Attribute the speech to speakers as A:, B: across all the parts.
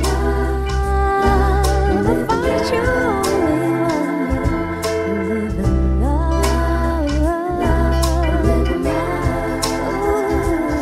A: Love, find you only one. Live in love, live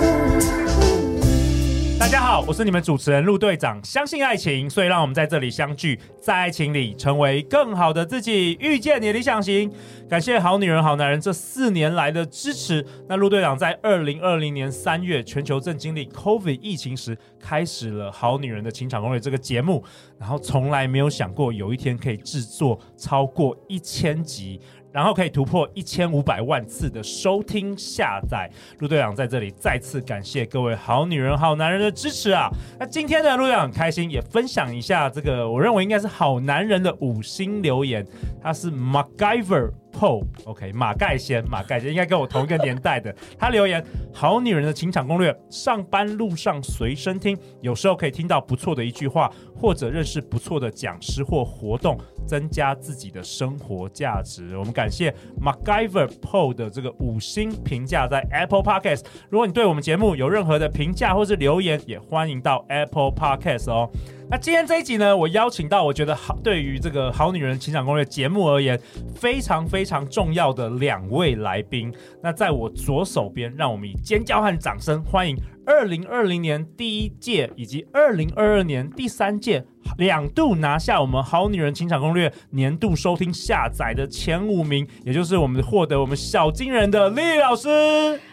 A: in love.
B: 大家好，我是你们主持人陆队长。相信爱情，所以让我们在这里相聚，在爱情里成为更好的自己，遇见你的理想型。感谢《好女人好男人》这四年来的支持。那陆队长在二零二零年三月全球正经历 COVID 疫情时，开始了《好女人的情场攻略》这个节目，然后从来没有想过有一天可以制作超过一千集。然后可以突破一千五百万次的收听下载。陆队长在这里再次感谢各位好女人、好男人的支持啊！那今天呢，陆队长很开心，也分享一下这个我认为应该是好男人的五星留言，他是 MacGyver。Pope，OK，、马盖先，马盖先应该跟我同一个年代的。他留言：好女人的情场攻略，上班路上随身听，有时候可以听到不错的一句话，或者认识不错的讲师或活动，增加自己的生活价值。我们感谢 MacGyver Poe 的这个五星评价在 Apple Podcast。如果你对我们节目有任何的评价或是留言，也欢迎到 Apple Podcast 哦。那今天这一集呢，我邀请到我觉得好对于这个《好女人情场攻略》节目而言非常非常重要的两位来宾。那在我左手边，让我们以尖叫和掌声欢迎二零二零年第一届以及二零二二年第三届两度拿下我们《好女人情场攻略》年度收听下载的前五名，也就是我们获得我们小金人的丽老师。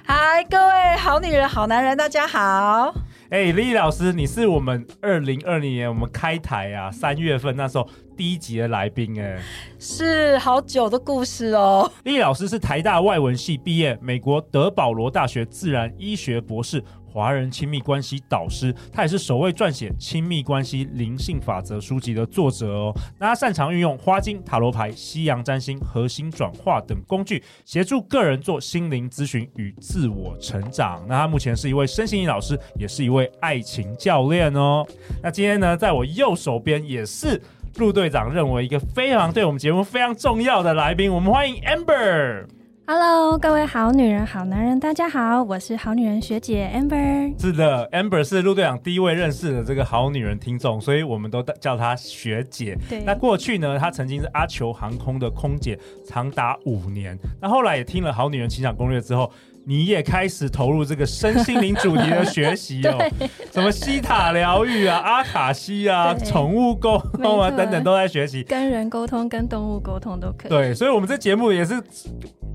C: 嗨，各位好女人、好男人，大家好。
B: 哎、丽老师，你是我们二零二零年我们开台啊，三月份那时候第一集的来宾哎、
C: 是好久的故事哦。
B: 丽老师是台大外文系毕业，美国德保罗大学自然医学博士，华人亲密关系导师。他也是首位撰写《亲密关系灵性法则》书籍的作者哦。那他擅长运用花精、塔罗牌、西洋占星、核心转化等工具，协助个人做心灵咨询与自我成长。那他目前是一位身心灵老师，也是一位爱情教练哦。那今天呢，在我右手边也是陆队长认为一个非常对我们节目非常重要的来宾，我们欢迎 Amber，
D: Hello，各位好女人、好男人，大家好，我是好女人学姐 Amber。
B: 是的，Amber 是陆队长第一位认识的这个好女人听众，所以我们都叫她学姐。
D: 对
B: 那过去呢，她曾经是阿球航空的空姐，长达五年。那后来也听了《好女人情场攻略》之后，你也开始投入这个身心灵主题的学习 哦，什么西塔疗愈啊、阿卡西啊、
D: 对
B: 宠物沟通啊
D: 没错
B: 等等都在学习。
D: 跟人沟通、跟动物沟通都可以。
B: 对，所以我们这节目也是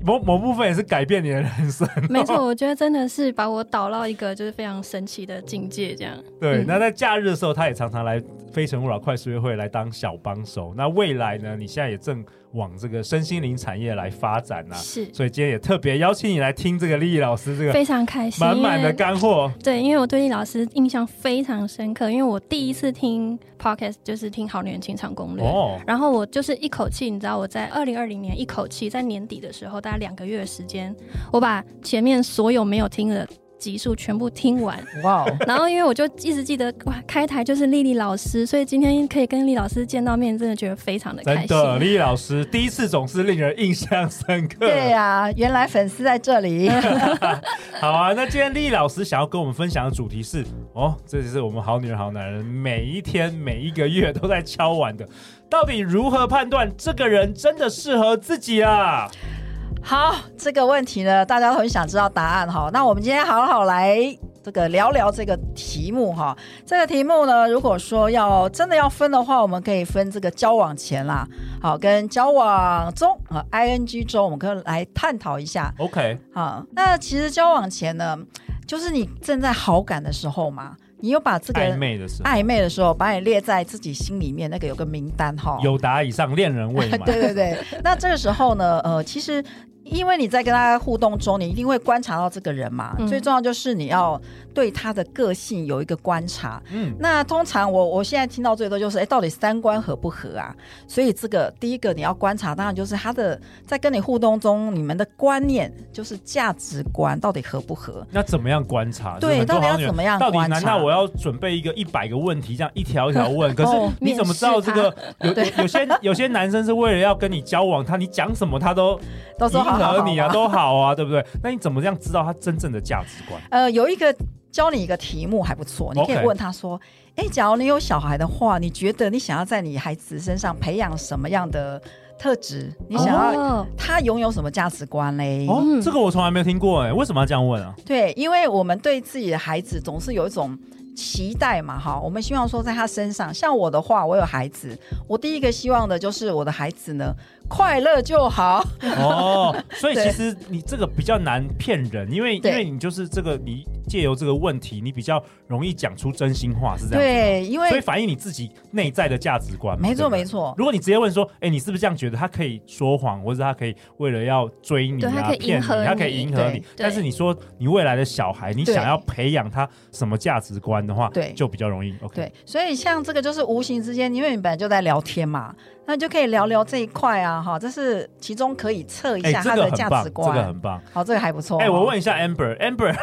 B: 某某部分也是改变你的人生。
D: 没错，我觉得真的是把我导到一个就是非常神奇的境界，这样。
B: 对，
D: 嗯
B: 那在假日的时候，他也常常来《非诚勿扰》快速约会来当小帮手。那未来呢，你现在也正往这个身心灵产业来发展啊，
D: 是
B: 所以今天也特别邀请你来听这个丽丽老师这个
D: 非常开心，
B: 满满的
D: 因为
B: 干货。
D: 对，因为我对李老师印象非常深刻，因为我第一次听 podcast 就是听《好女人情场攻略》
B: 哦
D: 然后我就是一口气，你知道我在二零二零年一口气在年底的时候，大概两个月的时间，我把前面所有没有听的集数全部听完。
C: 哇哦，
D: 然后因为我就一直记得哇，开台就是丽丽老师，所以今天可以跟丽老师见到面，真的觉得非常的开
B: 真
D: 心。
B: 的，丽丽老师第一次总是令人印象深刻。
C: 对呀、原来粉丝在这里。
B: 好啊，那今天丽老师想要跟我们分享的主题是，哦，这就是我们好女人、好男人每一天、每一个月都在敲碗的，到底如何判断这个人真的适合自己啊？
C: 好，这个问题呢，大家都很想知道答案哈。那我们今天好好来这个聊聊这个题目哈。这个题目呢，如果说要真的要分的话，我们可以分这个交往前啦，好跟交往中啊，ing 中，我们可以来探讨一下。
B: OK，
C: 好，那其实交往前呢，就是你正在好感的时候嘛，你又把这个
B: 暧昧的时候，
C: 暧昧的时候，把你列在自己心里面那个有个名单哈。
B: 有达以上恋人未满，
C: 对 对对，那这个时候呢，呃，其实因为你在跟他互动中，你一定会观察到这个人嘛。
D: 嗯
C: 最重要就是你要对他的个性有一个观察。
B: 嗯，
C: 那通常我我现在听到最多就是，哎，到底三观合不合啊？所以这个第一个你要观察，当然就是他的在跟你互动中，你们的观念就是价值观到底合不合。
B: 那怎么样观察？就
C: 对
B: 是很多
C: 到底要
B: 好女人
C: 怎么样
B: 到底
C: 观察
B: 难道我要准备一个一百个问题，这样一条一条 问？可是
C: 哦
B: 你怎么知道这个？有
C: 对
B: 有有些有些男生是为了要跟你交往，他你讲什么他都
C: 都说
B: 一合你啊，
C: 好好好
B: 都好啊， 对不对？那你怎么样知道他真正的价值观？
C: 呃，有一个教你一个题目还不错，你可
B: OK
C: 以问他说：“哎、假如你有小孩的话，你觉得你想要在你孩子身上培养什么样的特质？你想要
D: 哦
C: 他拥有什么价值观嘞？”
B: 哦
D: 嗯，
B: 这个我从来没有听过哎，为什么要这样问 啊？
C: 对，因为我们对自己的孩子总是有一种期待嘛，哈，我们希望说在他身上，像我的话，我有孩子，我第一个希望的就是我的孩子呢快乐就好，
B: 哦，所以
C: 对
B: 其实你这个比较难骗人，因为因
C: 对
B: 为你就是这个，你借由这个问题，你比较容易讲出真心话，是这样
C: 对，因
B: 子。所以
C: 为
B: 反映你自己内在的价值观嘛。
C: 没
B: 对
C: 错
B: 不对
C: 没。错，
B: 如果你直接问说，哎，你是不是这样觉得？他可以说谎，或者他可以为了要追你
D: 对他
B: 啊，
D: 可以迎
B: 骗你，
D: 合
B: 他可以
D: 你
B: 迎合
C: 对
B: 你
C: 对。
B: 但是你说你未来的小孩，你
C: 对
B: 想要培养他什么价值观的话，
C: 对
B: 就比较容易。OK，
C: 对，所以像这个就是无形之间，因为你本来就在聊天嘛，那你就可以聊聊这一块啊，哈，这是其中可以测一
B: 哎，
C: 下
B: 这
C: 他
B: 个
C: 的
B: 很
C: 价
B: 棒，
C: 值
B: 这
C: 观。
B: 个很棒。
C: 好，这个还不
D: 哦
C: 错。
B: 哎、
C: 哈
B: 我问一下 Amber，Amber，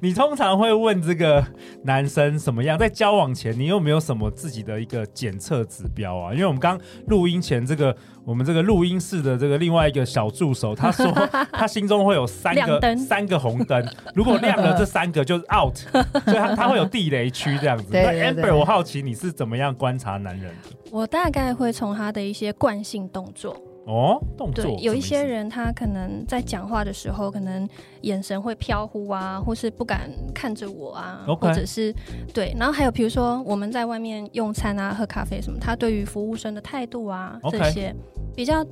B: 你 通常会问这个男生什么样？在交往前，你有没有什么自己的一个检测指标啊？因为我们刚录音前，这个我们这个录音室的这个另外一个小助手，他 说他心中会有三
D: 亮
B: 个
D: 灯
B: 三个红灯，如果亮 了这三个就是 out，所以他他会有地雷区这样子。
C: 对
B: 那
C: 对对
B: Amber，我好奇你是怎么样观察男人的？
D: 我大概会从他的一些惯性动作，
B: 哦，动作
D: 对，有一些
B: 什么意思
D: 人他可能在讲话的时候，可能眼神会飘忽啊，或是不敢看着我啊
B: OK
D: 或者是对，然后还有比如说我们在外面用餐啊、喝咖啡什么，他对于服务生的态度啊
B: OK
D: 这些比较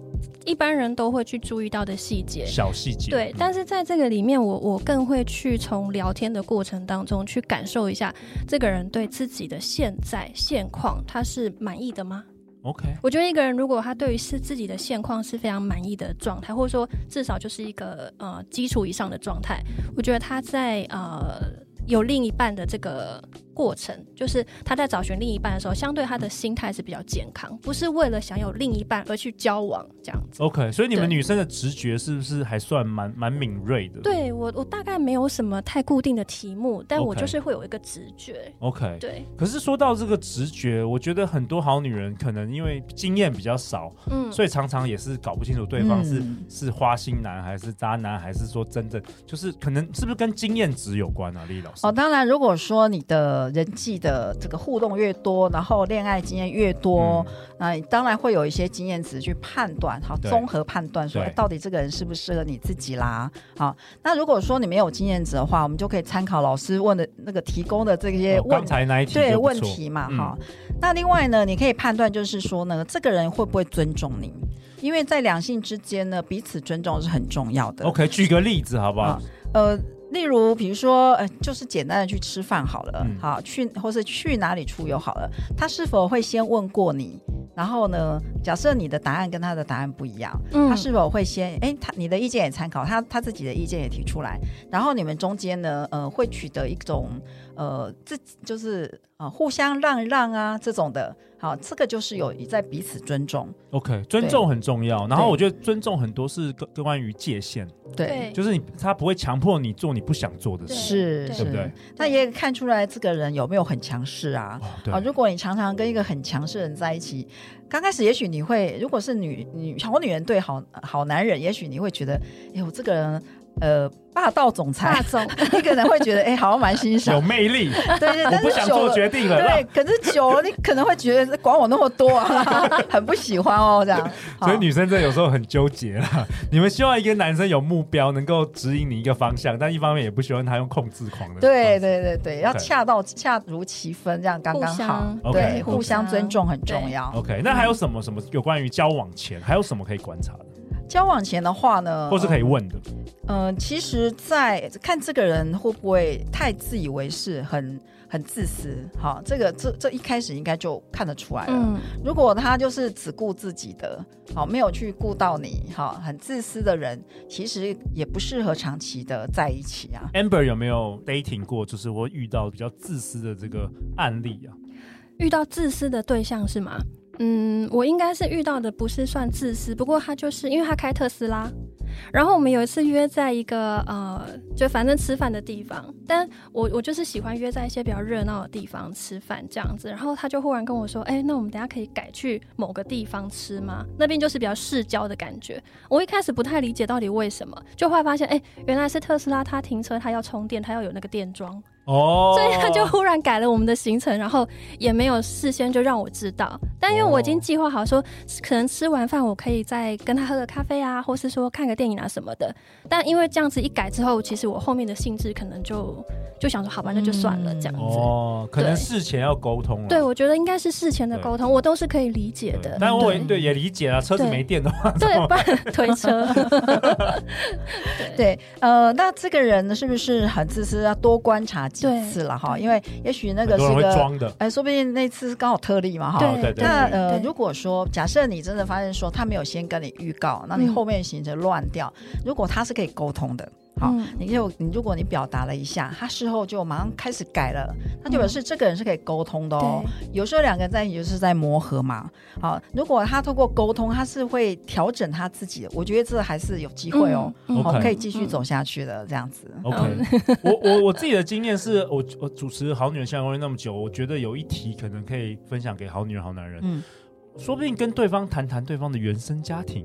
D: 一般人都会去注意到的细节。
B: 小细节，嗯
D: 对，但是在这个里面我，我更会去从聊天的过程当中去感受一下这个人对自己的现在现况，他是满意的吗？
B: OK，
D: 我觉得一个人如果他对于是自己的现况是非常满意的状态，或者说至少就是一个呃基础以上的状态，我觉得他在呃有另一半的这个过程，就是他在找寻另一半的时候，相对他的心态是比较健康，不是为了想有另一半而去交往这样子。
B: OK，所以你们
D: 对
B: 女生的直觉是不是还算蛮蛮敏锐的？
D: 对我，我大概没有什么太固定的题目，但我
B: OK
D: 就是会有一个直觉。
B: ，OK。
D: 对，
B: 可是说到这个直觉，我觉得很多好女人可能因为经验比较少，
D: 嗯，
B: 所以常常也是搞不清楚对方是、
C: 嗯
B: 是花心男还是渣男，还是说真正就是可能是不是跟经验值有关啊？李老师，
C: 哦，当然，如果说你的人际的这个互动越多，然后恋爱经验越多，
B: 嗯
C: 那、你当然会有一些经验值去判断，好，
B: 对
C: 综合判断说
B: 对
C: 哎到底这个人适不适合你自己啦。好，那如果说你没有经验值的话，我们就可以参考老师问的那个提供的这些
B: 哦
C: 问
B: 刚才那一题
C: 对
B: 就不
C: 问
B: 错
C: 题嘛，
B: 嗯
C: 哈、那另外呢，你可以判断就是说呢，这个人会不会尊重你？因为在两性之间呢，彼此尊重是很重要的。
B: OK，举个例子好不好
C: 啊？呃，例如比如说，呃，就是简单的去吃饭好了，
B: 嗯
C: 好去或是去哪里出游好了，他是否会先问过你？然后呢，假设你的答案跟他的答案不一样，
D: 嗯
C: 他是否会先哎，他你的意见也参考，他他自己的意见也提出来，然后你们中间呢，呃，会取得一种呃自就是呃互相让一让啊这种的，好，这个就是有在彼此尊重，
B: OK，尊重很重要。然后我觉得尊重很多是跟关于界限，
C: 对，
D: 对，
B: 就是你他不会强迫你做你不想做的
D: 对
B: 事，
C: 是
D: 对
B: 对
C: 是
B: 不对？
C: 那也看出来这个人有没有很强势啊？
B: 哦对
C: 啊，如果你常常跟一个很强势的人在一起，刚开始也许你会，如果是女女好女人对好好男人，也许你会觉得，哎呦，这个人呃霸道总裁，
D: 大 总
C: 你可能会觉得，哎，好像蛮欣
B: 有
C: 赏，
B: 魅 力，
C: 对对，
B: 我
C: 但
B: 不
C: 是
B: 想
C: 久
B: 做
C: 了。
B: 决定了。
C: 对，可是久了，你可能会觉得管我那么多啊， 很不喜欢哦，这样。好
B: 所以女生这有时候很纠结啦。 你们希望一个男生有目标，能够指引你一个方向，但一方面也不喜欢他用控制狂的。
C: 对，对对对，要
B: 嗯 OK
C: 恰到恰如其分，这样刚刚好
D: 互。
B: 相
C: 对，
B: OK，
C: 互相尊重很重要。
B: OK，那还有什么什么有关于交往前还有什么可以观察的，
C: 交往前的话呢，
B: 或是可以问的？
C: 嗯、呃其实在，看这个人会不会太自以为是，很很自私。好，这个这这一开始应该就看得出来了。
D: 嗯，
C: 如果他就是只顾自己的，好，没有去顾到你，好，很自私的人，其实也不适合长期的在一起啊。
B: Amber 有没有 dating 过？就是我遇到比较自私的这个案例啊？
D: 遇到自私的对象是吗？嗯，我应该是遇到的不是算自私，不过他就是因为他开特斯拉，然后我们有一次约在一个呃，就反正吃饭的地方，但我我就是喜欢约在一些比较热闹的地方吃饭这样子。然后他就忽然跟我说：“哎、那我们等一下可以改去某个地方吃吗？那边就是比较市郊的感觉。”我一开始不太理解到底为什么，就后来发现，哎、原来是特斯拉它停车它要充电，它要有那个电桩。
B: 哦，
D: 所以他就忽然改了我们的行程，然后也没有事先就让我知道。但因为我已经计划好说，可能吃完饭我可以再跟他喝个咖啡啊，或是说看个电影啊什么的。但因为这样子一改之后，其实我后面的兴致可能就就想说，好吧，那就算了
C: 嗯
D: 这样子。
B: 哦，可能
D: 对
B: 事前要沟通了。啊
D: 对，我觉得应该是事前的沟通，我都是可以理解的
B: 对。但我也
D: 对
B: 对也理解了，啊车子
D: 对
B: 没电的话，
D: 对，不然推车。
C: 对，呃，那这个人是不是很自私？要多观察几次了哈，因为也许那
B: 很
C: 个
B: 多
C: 是
B: 人会
C: 个，
B: 装的。
C: 哎，说不定那次是刚好特例嘛哈。
B: 哦对对
C: 那
D: 对
C: 呃，
D: 对
C: 如果说假设你真的发现说他没有先跟你预告，那你
D: 嗯
C: 后面行程乱掉，如果他是可以沟通的，好，
D: 嗯
C: 你就你如果你表达了一下，他事后就马上开始改了，那就表
D: 嗯
C: 示这个人是可以沟通的哦。有时候两个人在一起就是在磨合嘛，好，如果他透过沟通，他是会调整他自己的，我觉得这还是有机会哦，
D: 嗯
B: 嗯
C: 好，
B: OK
C: 可以继续走下去的这样子。
B: OK，我我我自己的经验是我我主持《好女人相关那么久，我觉得有一题可能可以分享给好女人、好男人，
C: 嗯，
B: 说不定跟对方谈谈对方的原生家庭，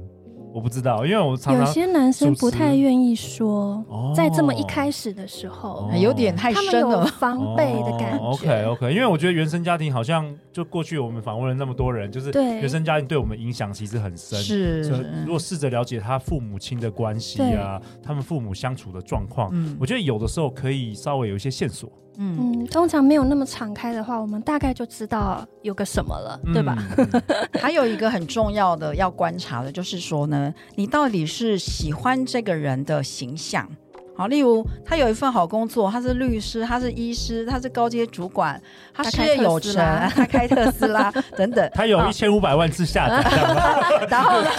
B: 我不知道，因为我常
D: 有
B: 常
D: 些男生不太
B: 主持
D: 愿意说，
B: 哦
D: 在这么一开始的时候
B: 哦，
C: 嗯有点太
D: 他们
C: 深
D: 有
C: 了。
D: 防备的感觉。
B: 哦 OK OK，因为我觉得原生家庭好像就过去我们访问了那么多人，就是
D: 对
B: 原生家庭对我们影响其实很深。所以
C: 是
B: 如，果试着了解他父母亲的关系啊，他们父母相处的状况，
C: 嗯
B: 我觉得有的时候可以稍微有一些线索，
C: 嗯，
D: 嗯，通常没有那么敞开的话，我们大概就知道有个什么了，对吧？
B: 嗯？
C: 还有一个很重要的要观察的，就是说呢，你到底是喜欢这个人的形象。好，例如他有一份好工作，他是律师，他是医师，他是高阶主管，他
D: 他
C: 事
D: 开
C: 业
D: 特
C: 有
D: 斯
C: 成
D: 拉，
C: 他开特斯 拉等等。
B: 他有
C: 好
B: 一千五百万次下载，这样吗
C: 然后呢，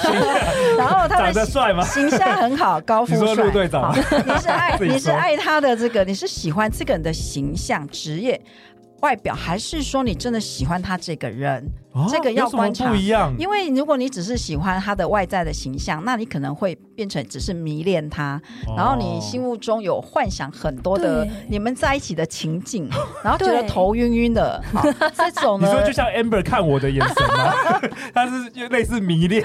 C: 然后他
B: 长
C: 的
B: 得
C: 形
B: 帅吗？
C: 形象很好，高富
B: 你说
C: 帅。
B: 陆队长吗
C: 好你是爱
B: 自己说
C: 你是爱他的这个，你是喜欢这个人的形象、职业、外表，还是说你真的喜欢他这个人？
B: 啊
C: 这个要
B: 有什么
C: 观察
B: 不一样，
C: 因为如果你只是喜欢他的外在的形象，那你可能会变成只是迷恋他，然后你心
B: 哦
C: 目中有幻想很多的
D: 对
C: 你们在一起的情 景，然后觉得
D: 对
C: 头晕晕的，好，这 种
B: 你
C: 呢
B: 说，就像 Amber 看我的眼神 吗？他是类似迷恋，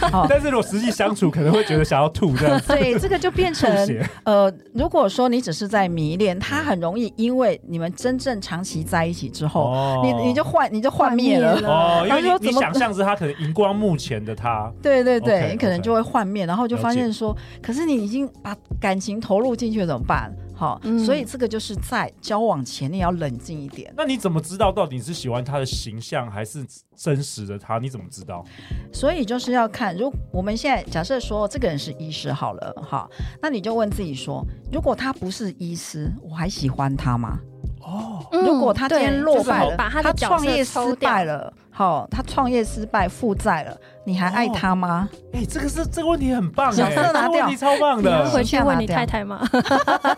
B: 但
C: 好
B: 但是如果实际相处，可能会觉得想要吐这 样子。
C: 对，这个就变
B: 吐
C: 成
B: 血
C: 呃，如果说你只是在迷恋，他
B: 嗯
C: 很容易因为你们真正长期在一起之后，
B: 哦
C: 你你就幻你就幻灭
D: 幻
C: 了
D: 灭。了
B: 哦，因为
C: 然后就
B: 你你
C: 怎么
B: 想象是他可能荧光幕前的他，
C: 对对对
B: OK，
C: 你可能
B: OK
C: 就会幻灭，然后就
B: 了
C: 发
B: 解
C: 现说，可是你已经把感情投入进去了，怎么办？好，
D: 嗯
C: 所以这个就是在交往前你要冷静一点。
B: 那你怎么知道到底是喜欢他的形象还是真实的他？你怎么知道？
C: 所以就是要看，如我们现在假设说这个人是医师好了，哈，那你就问自己说，如果他不是医师，我还喜欢他吗？
B: 哦，
D: 嗯
C: 如果他今天
D: 对
C: 落
D: 就是
C: 败
D: 好
C: 了，
D: 把他
C: 他
D: 的角色
C: 创业失
D: 抽掉
C: 败了，好，他创业失败负债了，你还爱
B: 哦
C: 他吗？
B: 哎，这个是这个问题很棒
C: 角
B: 哎，
C: 色
B: 这
C: 拿
B: 个问
C: 掉
B: 题超棒
D: 你会
B: 的
D: 回。去问你太太吗？
B: 嗯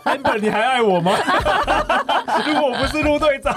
B: Amber，你还爱我吗？ 如果我不是陆队长，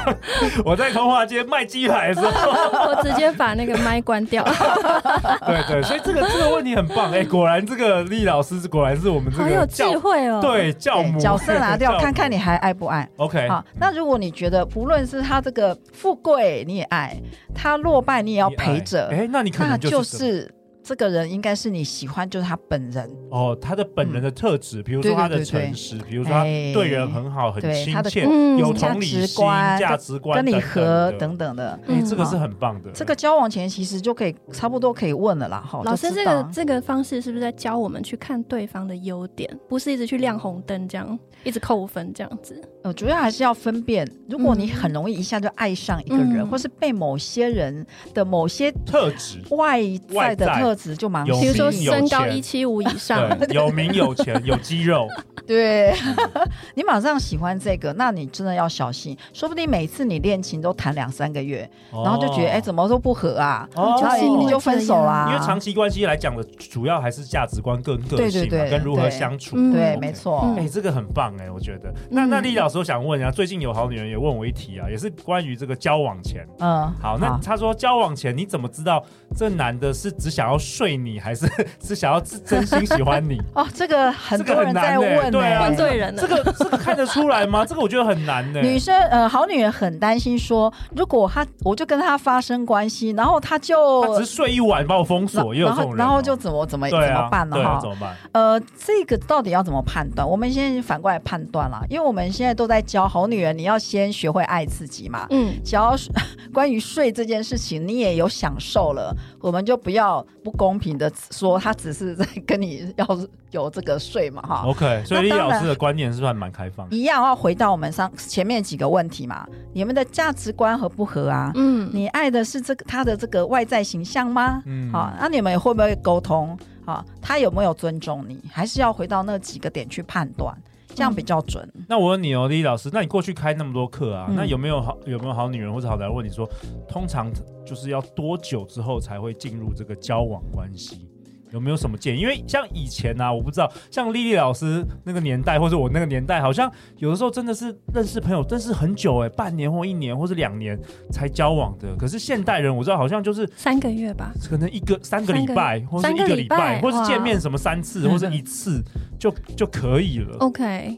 B: 我在通化街卖鸡排的时候，
D: 我直接把那个麦关 掉，
B: 对对，所以这个这个问题很棒，哎、果然这个厉老师果然是我们这
D: 好
B: 个
D: 有智
B: 教
D: 慧哦。，
B: 对教母
C: 对哎角色 拿
B: 教
C: 掉，
B: 母
C: 看看你还爱不爱。
B: OK
C: 好，那如果你觉得不论是他这个富贵你也爱，他落败你也要
B: 你爱
C: 陪着，
B: 哎、那你可
C: 那
B: 能
C: 就是是这个人应该是你喜欢，就是他本人，
B: 哦，他的本人的特质，比如说
C: 对对
B: 他的
C: 嗯对对
B: 诚实，比如说他
C: 哎
B: 对人很好、很
C: 对
B: 亲
C: 他的
B: 切，
D: 嗯
B: 有同理
C: 价值
B: 心、
C: 观
B: 价值观
C: 跟你合
B: 等
C: 等等的。
B: 的。哎、
D: 嗯
B: 这个是很棒的。
C: 这个交往前其实就可以差不多可以问了啦，
B: 哦
C: 哈。
D: 老师
C: 就
D: 这
C: 知道
D: 个这个方式是不是在教我们去看对方的优点，不是一直去亮红灯这样，一直扣分这样子？
C: 呃，主要还是要分辨，如果你很容易一下就爱上一个人，
D: 嗯
C: 或是被某些人的某些
B: 特质，
C: 外
B: 外
C: 在的
B: 在
C: 特质就蛮
B: 有
D: 比如说
B: 哦名有
D: 身高
B: 钱
D: 一七五以 上，
B: 对，有名有钱有肌肉，
C: 对， 你马上喜欢这个，那你真的要小心，说不定每次你恋情都谈两三个月，然后就觉得哎、怎么都不合啊，
B: 哦
C: 然后
D: 就是因为
C: 你就分手啦。
B: 因为长期关系来讲的，主要还是价值观跟个
C: 对对
B: 性嘛，
C: 对
B: 跟如何
C: 对
B: 相处。
D: 嗯
C: 对，
B: OK
C: 没错。
D: 嗯
B: 哎、这个很棒哎、我觉得。那那
D: 嗯
B: 丽老师，我想问啊，最近有好女人也问我一题啊，也是关于这个交往前。
C: 嗯，
B: 好，那他说交往前你怎么知道这男的是只想要睡你，还是 是想要自真心喜欢 你？
C: 哦，这个很多
B: 这个
C: 人在
B: 很难欸
C: 问呢、
B: 对啊欸
D: 问对人了
B: 这。个这个看得出来吗？这个我觉得很难呢、
C: 女生呃，好女人很担心说，如果她我就跟她发生关系，然后她就
B: 他只是睡一晚把我封锁，也有
C: 然
B: 这种
C: 后
B: 人哦、
C: 然后就怎么怎么、
B: 对
C: 怎
B: 啊
C: 么办呢？
B: 对啊
C: 哈、
B: 怎么办？
C: 呃，这个到底要怎么判断？我们现在反过来判断啦，因为我们现在都在教好女人，你要先学会爱自己嘛。
D: 嗯，
C: 只要是 关于睡这件事情，你也有享受了，我们就不要不公平的说他只是在跟你要有这个睡嘛哈。
B: OK，所以
C: 那
B: 李
C: 当
B: 老
C: 然
B: 师的观念是算蛮开放的。
C: 一样要回到我们上前面几个问题嘛，你们的价值观合不合啊？
D: 嗯，
C: 你爱的是这个他的这个外在形象吗？
B: 嗯
C: 好、那你们会不会沟通？好、他有没有尊重你？还是要回到那几个点去判断，这样比较准。
B: 那我问你哦，李老师，那你过去开那么多课啊，
C: 嗯
B: 那有没有好有没有好女人或者好男人问你说，通常就是要多久之后才会进入这个交往关系？有没有什么建议？因为像以前啊，我不知道，像丽丽老师那个年代，或者我那个年代，好像有的时候真的是认识朋友，认识很久哎、半年或一年，或是两年才交往的。可是现代人，我知道好像就是
D: 三个月吧。
B: 可能一个三个礼拜，或是
D: 三
B: 一
D: 个
B: 个
D: 礼
B: 礼拜，
D: 拜
B: 或是
D: 哇嗯
B: 见面什么三次，或是一次就就可以
D: 哦
B: 了。
D: OK，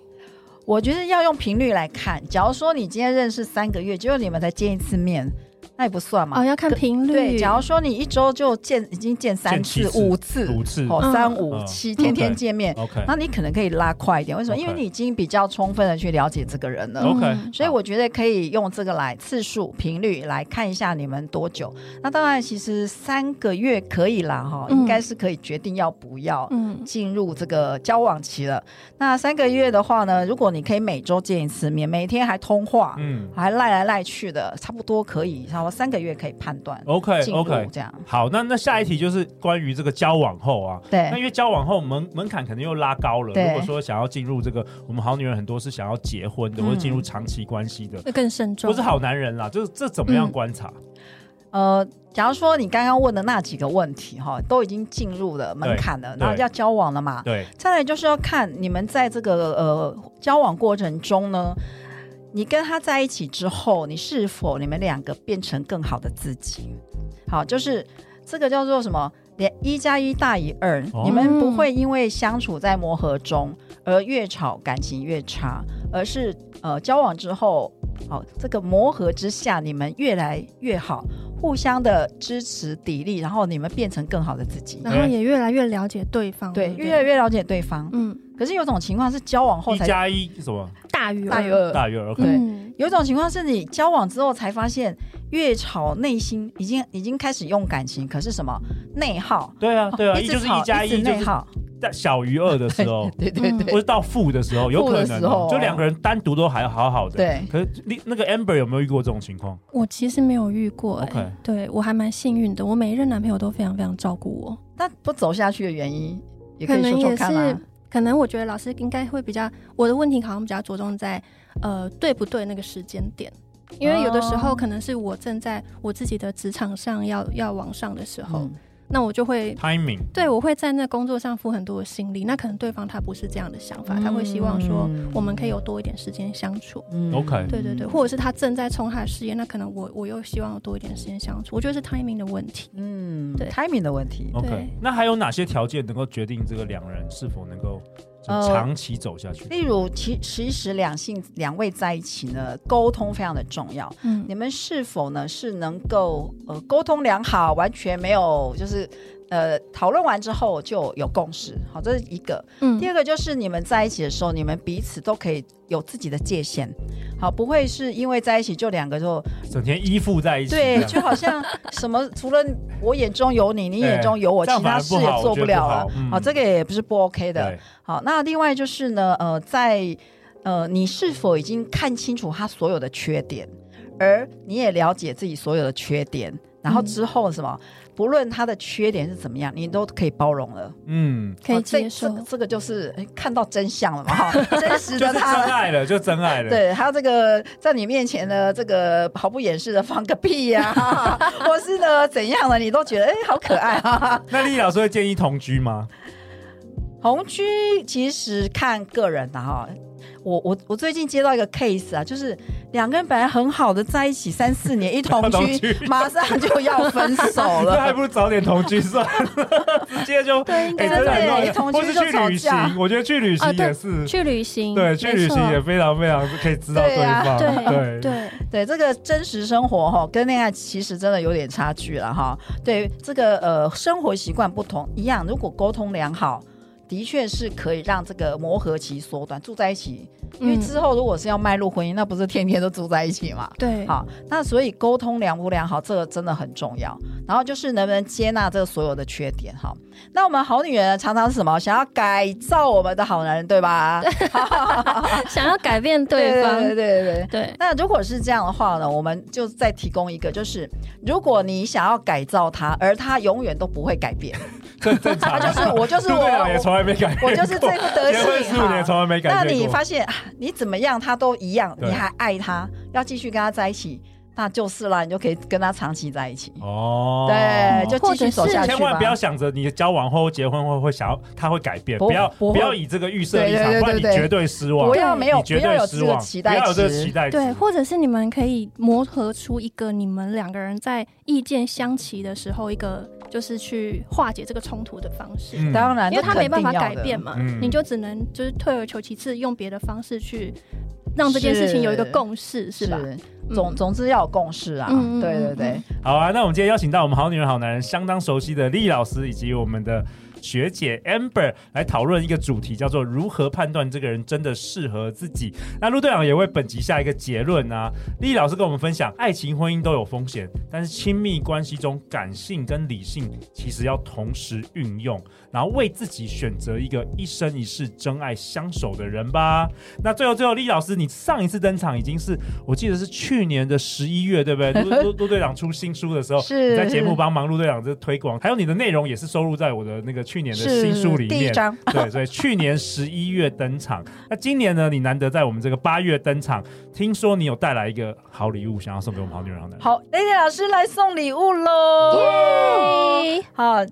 C: 我觉得要用频率来看。假如说你今天认识三个月，结果你们才见一次面，那也不算嘛。
D: 哦，要看频率。
C: 对，假如说你一周就见已经见三次
B: 见、七次
C: 五次、
B: 五次
C: 哦，
D: 嗯
C: 三五
B: 嗯
C: 七，天天
B: OK
C: 见面，
B: OK，
C: 那你可能可以拉快一点。为什么？因为
B: OK
C: 你已经比较充分的去了解这个人了。
B: OK，
D: 嗯
C: 所以我觉得可以用这个来次数、频率来看一下你们多久。那当然，其实三个月可以啦，哈、
D: 嗯
C: 应该是可以决定要不要
D: 嗯
C: 进入这个交往期了。那三个月的话呢，如果你可以每周见一次面，每天还通话，
B: 嗯
C: 还赖来赖去的，差不多可以，差不多三个月可以判断
B: 哦，OK
C: 进入
B: OK，
C: 这样。
B: 好，那那下一题就是关于这个交往后啊，那
C: 嗯对
B: 因为交往后门门槛可能又拉高了。
C: 对
B: 如果说想要进入这个，我们好女人很多是想要结婚的，
C: 嗯
B: 或者进入长期关系的，
D: 会更慎重。
B: 不是好男人啦，就是这怎么
C: 嗯
B: 样观察？
C: 呃，假如说你刚刚问的那几个问题哈，都已经进入了门槛了，
B: 对
C: 然后要交往了嘛，
B: 对，
C: 再来就是要看你们在这个呃交往过程中呢，你跟他在一起之后，你是否你们两个变成更好的自己？好，就是这个叫做什么？连一加一大于二，
B: 哦
C: 你们不会因为相处在磨合中而越吵感情越差，而是呃交往之后，好、这个磨合之下，你们越来越好，互相的支持砥砺，然后你们变成更好的自己。
B: 哎
D: 然后也越来越了解对方。
C: 对，
D: 不
C: 越来越了解对方。
D: 嗯
C: 可是有种情况是交往后
B: 一
C: 才呃
B: 加一是什么
D: 大于
C: 大于
D: 二。
C: 二，
B: 大于二？OK，
C: 对
D: 嗯
C: 有一种情况是你交往之后才发现，越吵内心已经已经开始用感情，可是什么内耗？
B: 对啊，对啊，
C: 哦
B: 一
C: 直
B: 就是
C: 吵
B: 一加
C: 直
B: 一，就
C: 内
B: 是
C: 耗，。
B: 在小于二的时候
C: 对对
D: 嗯
C: 对
B: 或是到负的时候，有可
C: 负
B: 能
C: 的时
B: 哦、
C: 候
B: 就两个人单独都还好好的。
C: 对
B: 可是你那个 Amber 有没有遇过这种情况？
D: 我其实没有遇过、欸
C: 呃
B: OK
D: 对我还蛮幸运的，我每一任男朋友都非常非常照顾我。
C: 那不走下去的原因也可以
D: 可能
C: 说说
D: 也
C: 看
D: 是
C: 啦。
D: 可能我觉得老师应该会比较，我的问题好像比较着重在呃对不对那个时间点，因为有的时候
C: 哦
D: 可能是我正在我自己的职场上要要往上的时候，
C: 嗯
D: 那我就会
B: timing
D: 对我会在那工作上付很多的心力，那可能对方他不是这样的想法，他会希望说
C: 嗯
D: 我们可以有多一点时间相处。
C: 嗯
B: OK
D: 对对对，或者是他正在冲他的事业，那可能我我又希望有多一点时间相处，我觉得是 timing 的问题。
C: 嗯
D: 对
C: ，timing 的问题。
B: OK，
D: 对
B: 那还有哪些条件能够决定这个两人是否能够
C: 呃
B: 长期走下去？
C: 例如，其其实两性两位在一起呢，沟通非常的重要。
D: 嗯
C: 你们是否呢是能够呃沟通良好，完全没有就是呃讨论完之后就有共识？好，这是一个。
D: 嗯
C: 第二个就是你们在一起的时候，你们彼此都可以有自己的界限，好，不会是因为在一起就两个就
B: 整天依附在一起这样，
C: 对，就好像什么除了我眼中有你，你眼中有我，
B: 对
C: 其他事也做了了
B: 这样反而不好我觉得不好。嗯
C: 好，这个也不是不 OK 的
B: 对。
C: 好，那另外就是呢，呃，在呃，你是否已经看清楚他所有的缺点，而你也了解自己所有的缺点，然后
D: 嗯
C: 之后什么，不论他的缺点是怎么样，你都可以包容了。
B: 嗯，
D: 可以
C: 哦这
D: 接受
C: 这。这个就是哎看到真相了嘛， 哈，真
B: 就
C: 实的
B: 是真
C: 他。
B: 爱了，就真爱了。
C: 对，还有这个在你面前呢，这个毫不掩饰的放个屁呀、或是呢怎样的，你都觉得哎、好可爱啊。
B: 那丽老师会建议同居吗？
C: 同居其实看个人的、哈。我我我最近接到一个 case 啊，就是两个人本来很好的在一起三四年，一同
B: 同
C: 居
B: 居
C: 马上就要分手
B: 那 还
C: 了。
B: 不如早点同居算了，直接就哎
D: 对应该
B: 真的很
C: 对
B: 乱。
C: 同
B: 或
C: 居
B: 是
C: 就
B: 去
C: 吵
B: 旅
C: 架
B: 行，我觉得去旅
D: 啊
B: 行
D: 对
B: 也是，
D: 去旅行，
B: 对，去旅行
D: 没
B: 也
D: 错
B: 非常非常可以知道
C: 对啊
B: 方，
D: 对
B: 对。
D: 对，
C: 对这个真实生活哈、跟恋爱其实真的有点差距了哈。对这个呃生活习惯不同，一样如果沟通良好，的确是可以让这个磨合期缩短，住在一起。因为
D: 嗯
C: 之后如果是要迈入婚姻，那不是天天都住在一起嘛？
D: 对
C: 好，那所以沟通良不良好，这个真的很重要。然后就是能不能接纳这个所有的缺点哈。那我们好女人呢常常是什么？想要改造我们的好男人，对吧？
D: 想要改变对方，
C: 对对对对。
D: 对
C: 那如果是这样的话呢，我们就再提供一个，就是如果你想要改造他，而他永远都不会改变，
B: 这正常
C: 他
B: 啊。
C: 就是我就是
B: 陆
C: 我，
B: 队长也
C: 我
B: 从来没改变过，
C: 我就是 这副德
B: 结婚十
C: 行
B: 五
C: 哈
B: 年从来没改变
C: 啊那
B: 过。
C: 你发现啊你怎么样，他都一样，
B: 对
C: 你还爱他，要继续跟他在一起，那就是啦，你就可以跟他长期在一起。
B: 哦，
C: 对，就继续走下去吧。
B: 千万不要想着你交往后结婚后会想要他会改变，
C: 不
B: 不要
C: 不
B: 不
C: 会
B: 要以这个预设
C: 对
B: 立场，
C: 对对
B: 不然你
C: 对对
B: 绝对失望
C: 不，要没有
B: 你
C: 不
B: 绝
C: 要
B: 对
C: 有
B: 失
C: 这个
B: 望，
C: 期
B: 不
C: 待
B: 要有这个
C: 值
B: 期待值。
D: 对，或者是你们可以磨合出一个你们两个人在意见相齐的时候，一个就是去化解这个冲突的方式。
B: 嗯
C: 当然，
D: 因为他
C: 这
D: 没
C: 肯定
D: 办法
C: 要
D: 改
C: 的
D: 变。嘛，
B: 嗯
D: 你就只能就是退而求其次，用别的方式去让这件事情有一个共识，是吧？嗯
C: 总总之要有共识啊，
D: 嗯嗯嗯
C: 对对对
D: 嗯，
B: 好啊，那我们今天邀请到我们好女人好男人相当熟悉的厉老师以及我们的学姐 Amber 来讨论一个主题，叫做如何判断这个人真的适合自己。那陆队长也为本集下一个结论啊。厉老师跟我们分享，爱情婚姻都有风险，但是亲密关系中感性跟理性其实要同时运用，然后为自己选择一个一生一世真爱相守的人吧。那最后最后，厉老师，你上一次登场已经是我记得是去年的十一月，对不对？陆陆陆队长出新书的时候，
C: 是
B: 你在节目帮忙陆队长这推广，还有你的内容也是收录在我的那个去年的新书里
C: 第一
B: 面。
C: 章，
B: 对，所以去年十一月登 场，那今年呢？你难得在我们这个八月登场，听说你有带来一个好礼物，想要送给我们好女人好男人。
C: 好，雷丽老师来送礼物喽！
D: 耶
C: 好，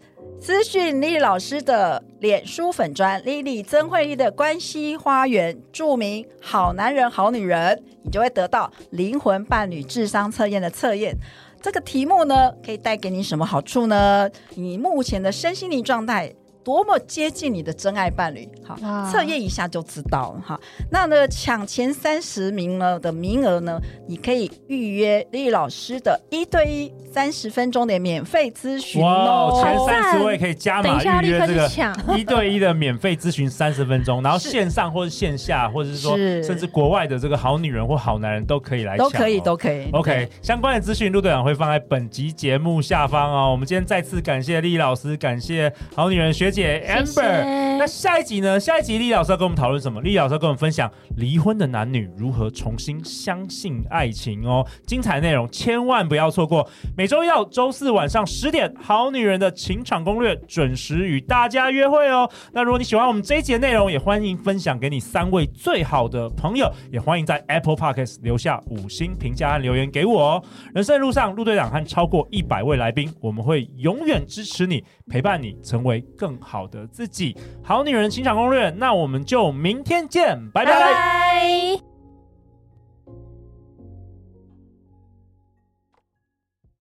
C: 私讯丽老师的脸书粉砖“丽丽曾慧丽的关系花园”，注明“好男人好女人”，你就会得到灵魂伴侣智商测验的测验。这个题目呢，可以带给你什么好处呢？你目前的身心灵状态多么接近你的真爱伴侣？好
D: 哇，
C: 测验一下就知道了哈。那呢，抢前三十名呢的名额呢，你可以预约丽老师的一对一三十分钟的免费咨询哦。
B: 前
D: 好赞
B: 三十位可以加
D: 等一
B: 码
D: 下
B: 预
D: 立
B: 约
D: 刻
B: 这
D: 去
B: 个
D: 抢，
B: 一对一的免费咨询三十分钟，然后
C: 是
B: 线上或是线下，或者是说
C: 是
B: 甚至国外的这个好女人或好男人都可以来抢哦，
C: 都可以，都可以。
B: OK，相关的资讯陆队长会放在本集节目下方哦。我们今天再次感谢丽老师，感谢好女人学姐 Amber。
D: 谢谢
B: 那下一集呢？下一集丽老师要跟我们讨论什么？丽老师要跟我们分享离婚的男女如何重新相信爱情哦，精彩内容千万不要错过。哦每周一到周四晚上十点，《好女人的情场攻略》准时与大家约会哦。那如果你喜欢我们这一节内容，也欢迎分享给你三位最好的朋友，也欢迎在 Apple Podcast 留下五星评价和留言给我哦。人生的路上，陆队长和超过一百位来宾，我们会永远支持你，陪伴你，成为更好的自己。好女人情场攻略，那我们就明天见，拜拜
C: 拜拜。